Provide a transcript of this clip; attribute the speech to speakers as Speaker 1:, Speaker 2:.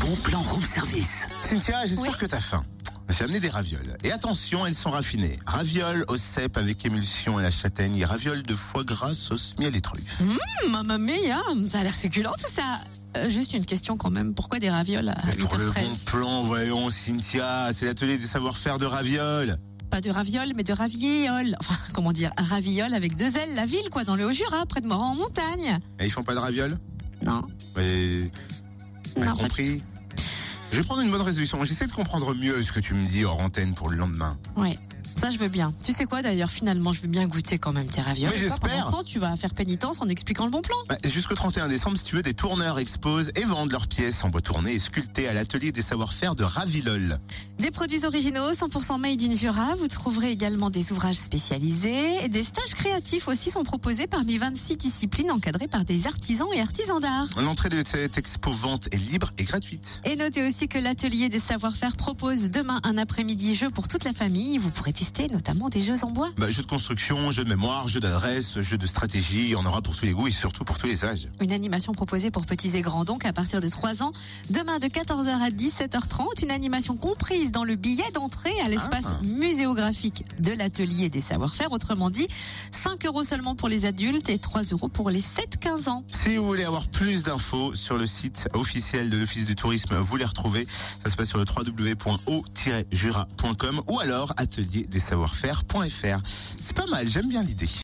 Speaker 1: bon plan room service.
Speaker 2: Cynthia, j'espère
Speaker 3: Oui.
Speaker 2: que t'as faim. J'ai amené des ravioles. Et attention, elles sont raffinées. Ravioles au cèpe avec émulsion à la châtaigne. et Ravioles de foie gras, sauce miel et truffes.
Speaker 3: Mmh, Mamma mia, hein, ça a l'air succulent tout ça. Euh, juste une question quand même, pourquoi des ravioles à
Speaker 2: Mais pour le bon
Speaker 3: 8h13
Speaker 2: plan, voyons, Cynthia, c'est l'atelier des savoir-faire de ravioles.
Speaker 3: Pas de ravioles, mais de ravioles. Enfin, comment dire, ravioles avec deux ailes, la ville quoi, dans le Haut-Jura, près de Moran en montagne.
Speaker 2: Et ils font pas de ravioles
Speaker 3: Non,
Speaker 2: Mais,
Speaker 3: Non,
Speaker 2: t'as
Speaker 3: pas
Speaker 2: compris Je vais prendre une bonne résolution. J'essaie de comprendre mieux ce que tu me dis hors antenne pour le lendemain.
Speaker 3: ouais. Ça, je veux bien. Tu sais quoi d'ailleurs, finalement, je veux bien goûter quand même tes ravioles.
Speaker 2: Mais
Speaker 3: Et toi,
Speaker 2: j'espère.
Speaker 3: Pour l'instant, tu vas faire pénitence en expliquant le bon plan.
Speaker 2: Bah, Jusqu'au 31 décembre, si tu veux, des tourneurs exposent et vendent leurs pièces en bois tourné et sculptées à l'atelier des savoir-faire de Ravilol.
Speaker 3: Des produits originaux, 100% made in Jura. Vous trouverez également des ouvrages spécialisés. Des stages créatifs aussi sont proposés parmi 26 disciplines encadrées par des artisans et artisans d'art.
Speaker 2: L'entrée de cette expo vente est libre et gratuite.
Speaker 3: Et notez aussi que l'atelier des savoir-faire propose demain un après-midi jeu pour toute la famille. Vous pourrez tester notamment des jeux en bois.
Speaker 2: Bah, jeux de construction, jeux de mémoire, jeux d'adresse, jeux de stratégie, on aura pour tous les goûts et surtout pour tous les âges.
Speaker 3: Une animation proposée pour petits et grands donc à partir de 3 ans. Demain de 14h à 17h30, une animation comprise dans le billet d'entrée à l'espace
Speaker 2: Ah.
Speaker 3: muséographique de l'atelier des savoir-faire. Autrement dit, 5 euros seulement pour les adultes et 3 euros pour les 7-15 ans.
Speaker 2: Si vous voulez avoir plus d'infos sur le site officiel de l'Office du Tourisme, vous les retrouvez. Ça se passe sur le www.o-jura.com ou alors atelier des savoir-faire.fr. C'est pas mal, j'aime bien l'idée.